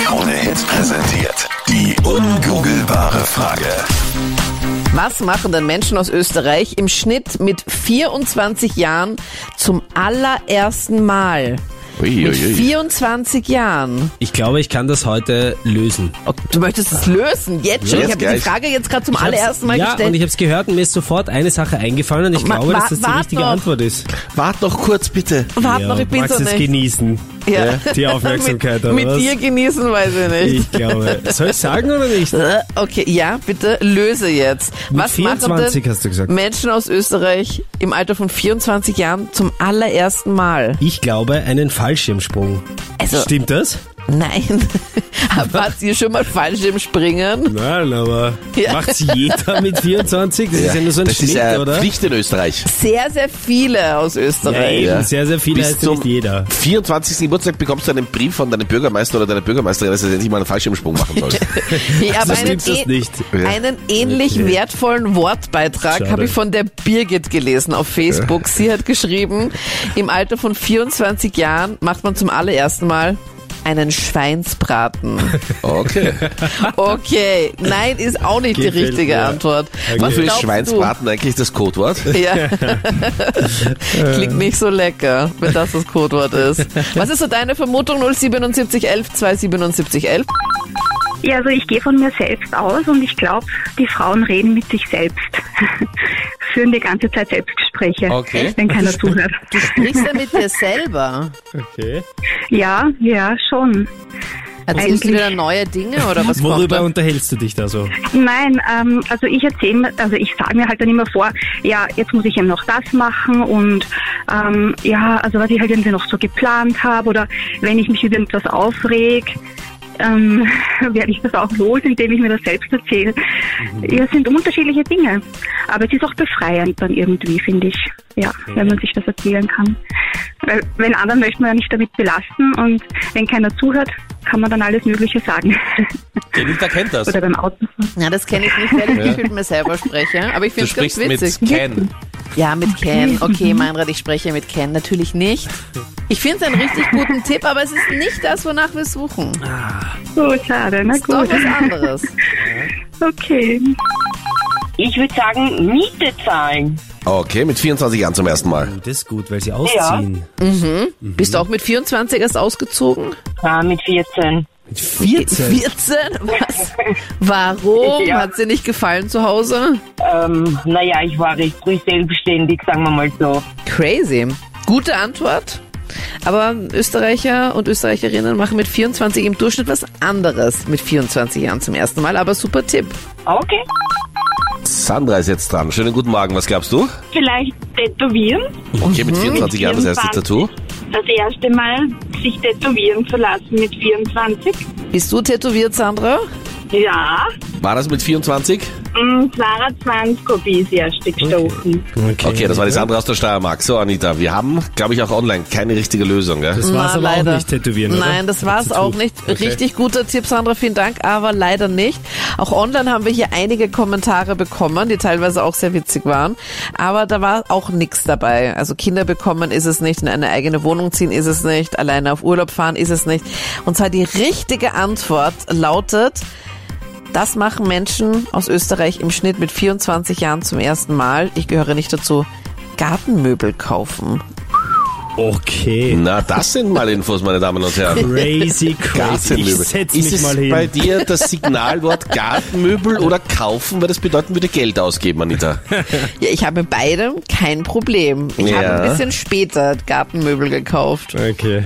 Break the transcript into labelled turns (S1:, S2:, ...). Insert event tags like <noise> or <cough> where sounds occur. S1: Krone Hits präsentiert. Die ungoogelbare Frage.
S2: Was machen denn Menschen aus Österreich im Schnitt mit 24 Jahren zum allerersten Mal? Mit 24 Jahren.
S3: Ich glaube, ich kann das heute lösen.
S2: Oh, du möchtest es lösen, jetzt schon.
S1: Jetzt
S2: ich habe dir die
S1: gleich.
S2: Frage jetzt gerade zum allerersten Mal
S3: ja, und
S2: gestellt.
S3: ich habe es gehört und mir ist sofort eine Sache eingefallen und ich
S2: Ma-
S3: glaube,
S2: wa-
S3: dass das die
S2: wart
S3: richtige
S2: doch.
S3: Antwort ist.
S1: Wart doch kurz bitte.
S2: Warte
S3: ja,
S2: noch, ich bin
S3: magst
S2: so
S3: äh, es
S2: nicht.
S3: genießen.
S2: Ja.
S3: die
S2: <laughs>
S3: Aufmerksamkeit,
S2: mit
S3: oder
S2: mit
S3: was?
S2: dir genießen weiß ich nicht.
S3: Ich glaube. Soll ich sagen oder nicht?
S2: Äh, Okay, ja, bitte löse jetzt.
S3: Mit
S2: Was machen
S3: 24
S2: denn
S3: hast du gesagt.
S2: Menschen aus Österreich im Alter von 24 Jahren zum allerersten Mal?
S3: Ich glaube, einen Fallschirmsprung.
S2: Also-
S3: Stimmt das?
S2: Nein. <laughs> Wart ihr schon mal falsch im Springen?
S3: Nein, aber
S2: Ja.
S3: macht's jeder mit 24? Das ist ja nur so ein
S4: das
S3: Schnitt,
S4: ist äh,
S3: oder?
S4: Pflicht in Österreich.
S2: Sehr, sehr viele aus
S3: Ja,
S2: Österreich.
S3: eben.
S4: Ja.
S3: Sehr, sehr viele
S4: Bis
S3: heißt ja
S4: zum-
S3: nicht jeder.
S4: 24. Geburtstag bekommst du einen Brief von deinem Bürgermeister oder deiner Bürgermeisterin, dass du endlich mal einen Fallschirmsprung machen
S3: <laughs>
S4: sollst.
S2: Ja, aber
S3: So
S2: einen,
S3: stimmt das
S2: eh-
S3: nicht.
S4: Ja.
S2: einen ähnlich
S3: Nee.
S2: wertvollen Wortbeitrag
S3: Schade.
S2: habe ich von der Birgit gelesen auf Facebook. Sie hat geschrieben, im Alter von 24 Jahren macht man zum allerersten Mal einen Schweinsbraten.
S3: <laughs>
S4: Okay.
S2: Okay, nein, ist auch nicht die
S3: Gefällt
S2: richtige
S3: mir.
S2: Antwort.
S3: Okay.
S2: Was
S4: Wofür ist
S2: glaubst
S4: Schweinsbraten eigentlich das Codewort?
S2: du?
S3: <laughs>
S2: Ja. Klingt nicht so lecker, wenn das das Codewort ist. Was ist so deine Vermutung 07711 27711?
S5: Ja, also ich gehe von mir selbst aus und ich glaube, die Frauen reden mit sich selbst. <laughs> Führen die ganze Zeit Selbstgespräche,
S4: Okay.
S5: wenn keiner zuhört.
S2: Du sprichst ja mit dir selber.
S3: Okay.
S5: Ja, ja, schon.
S2: Erzählst du
S5: Eigentlich-
S2: wieder neue Dinge oder was kommt
S3: Worüber
S2: da?
S3: unterhältst du dich da so?
S5: Nein, ähm, also ich erzähle mir, also ich sage mir halt dann immer vor, ja, jetzt muss ich eben noch das machen und ähm, ja, also was ich halt irgendwie noch so geplant habe oder wenn ich mich über etwas aufreg, ähm, <laughs> werde ich das auch los, indem ich mir das selbst erzähle. Ja, es sind unterschiedliche Dinge, aber es ist auch befreiend dann irgendwie, finde ich, ja, wenn man sich das erzählen kann. Weil wenn anderen möchte man ja nicht damit belasten und wenn keiner zuhört, kann man dann alles Mögliche sagen.
S4: Jeder kennt
S5: <laughs>
S4: das.
S5: oder beim Autofahren.
S2: Ja, das kenne ich nicht, weil ich gefühlt mir selber spreche. Aber ich
S4: Du
S2: finde es ganz
S4: sprichst mit
S2: witzig.
S4: Ken.
S2: Ja, mit Ken. Okay, Meinrad, ich spreche mit Ken natürlich nicht. Ich finde es einen richtig guten Tipp, aber es ist nicht das, wonach wir suchen.
S5: Gut, schade, na
S2: Ist doch
S5: gut.
S2: was anderes.
S5: Okay.
S6: Ich würde sagen, Miete zahlen.
S4: Okay, mit 24 Jahren zum ersten Mal.
S3: Das ist gut, weil sie ausziehen.
S2: Bist du auch mit 24 erst ausgezogen?
S6: Ja, äh, mit 14.
S3: Mit 14?
S2: 14? Was? Warum?
S6: Ja.
S2: Hat dir nicht gefallen zu Hause?
S6: Ähm, naja, ich war recht früh selbstständig, sagen wir mal so.
S2: Crazy. Gute Antwort. Aber Österreicher und Österreicherinnen machen mit 24 im Durchschnitt was anderes mit 24 Jahren zum ersten Mal. Aber super Tipp.
S6: Ah, Okay.
S4: Sandra ist jetzt dran. Schönen guten Morgen, was glaubst du?
S7: vielleicht tätowieren.
S4: Okay,
S2: Mhm.
S4: mit 24 Jahren das erste
S7: 24.
S4: Tattoo.
S7: Das erste Mal sich tätowieren zu lassen mit 24.
S2: Bist du tätowiert, Sandra?
S7: Ja,
S4: War das mit 24?
S7: und Sarah 20 habe ich das erste gestochen.
S3: Okay.
S4: Okay, das war die Sandra aus der Steiermark. So, Anita, wir haben, glaube ich, auch online keine richtige Lösung, gell?
S3: Das war's
S2: Na,
S3: aber
S2: leider.
S3: auch nicht tätowieren, oder?
S2: Nein, das war's
S3: Tattoo.
S2: auch nicht. Richtig guter Tipp, Sandra, vielen Dank, aber leider nicht. Auch online haben wir hier einige Kommentare bekommen, die teilweise auch sehr witzig waren, aber da war auch nichts dabei. Also Kinder bekommen ist es nicht, in eine eigene Wohnung ziehen ist es nicht, alleine auf Urlaub fahren ist es nicht. Und zwar die richtige Antwort lautet, das machen Menschen aus Österreich im Schnitt mit 24 Jahren zum ersten Mal. Ich gehöre nicht dazu. Gartenmöbel kaufen.
S4: <laughs>
S3: Okay.
S4: Na, das sind mal Infos, meine Damen und
S3: <laughs>
S4: Herren.
S3: Crazy, crazy. Ich
S4: Gartenmöbel.
S3: setz
S4: ist
S3: mich
S4: es
S3: mal
S4: bei
S3: hin.
S4: dir das
S3: <laughs>
S4: Signalwort Gartenmöbel oder kaufen, weil das bedeuten würde Geld ausgeben, Anita?
S2: Ja, ich habe beide kein Problem. Ich
S4: Ja.
S2: habe ein bisschen später Gartenmöbel gekauft.
S3: Okay.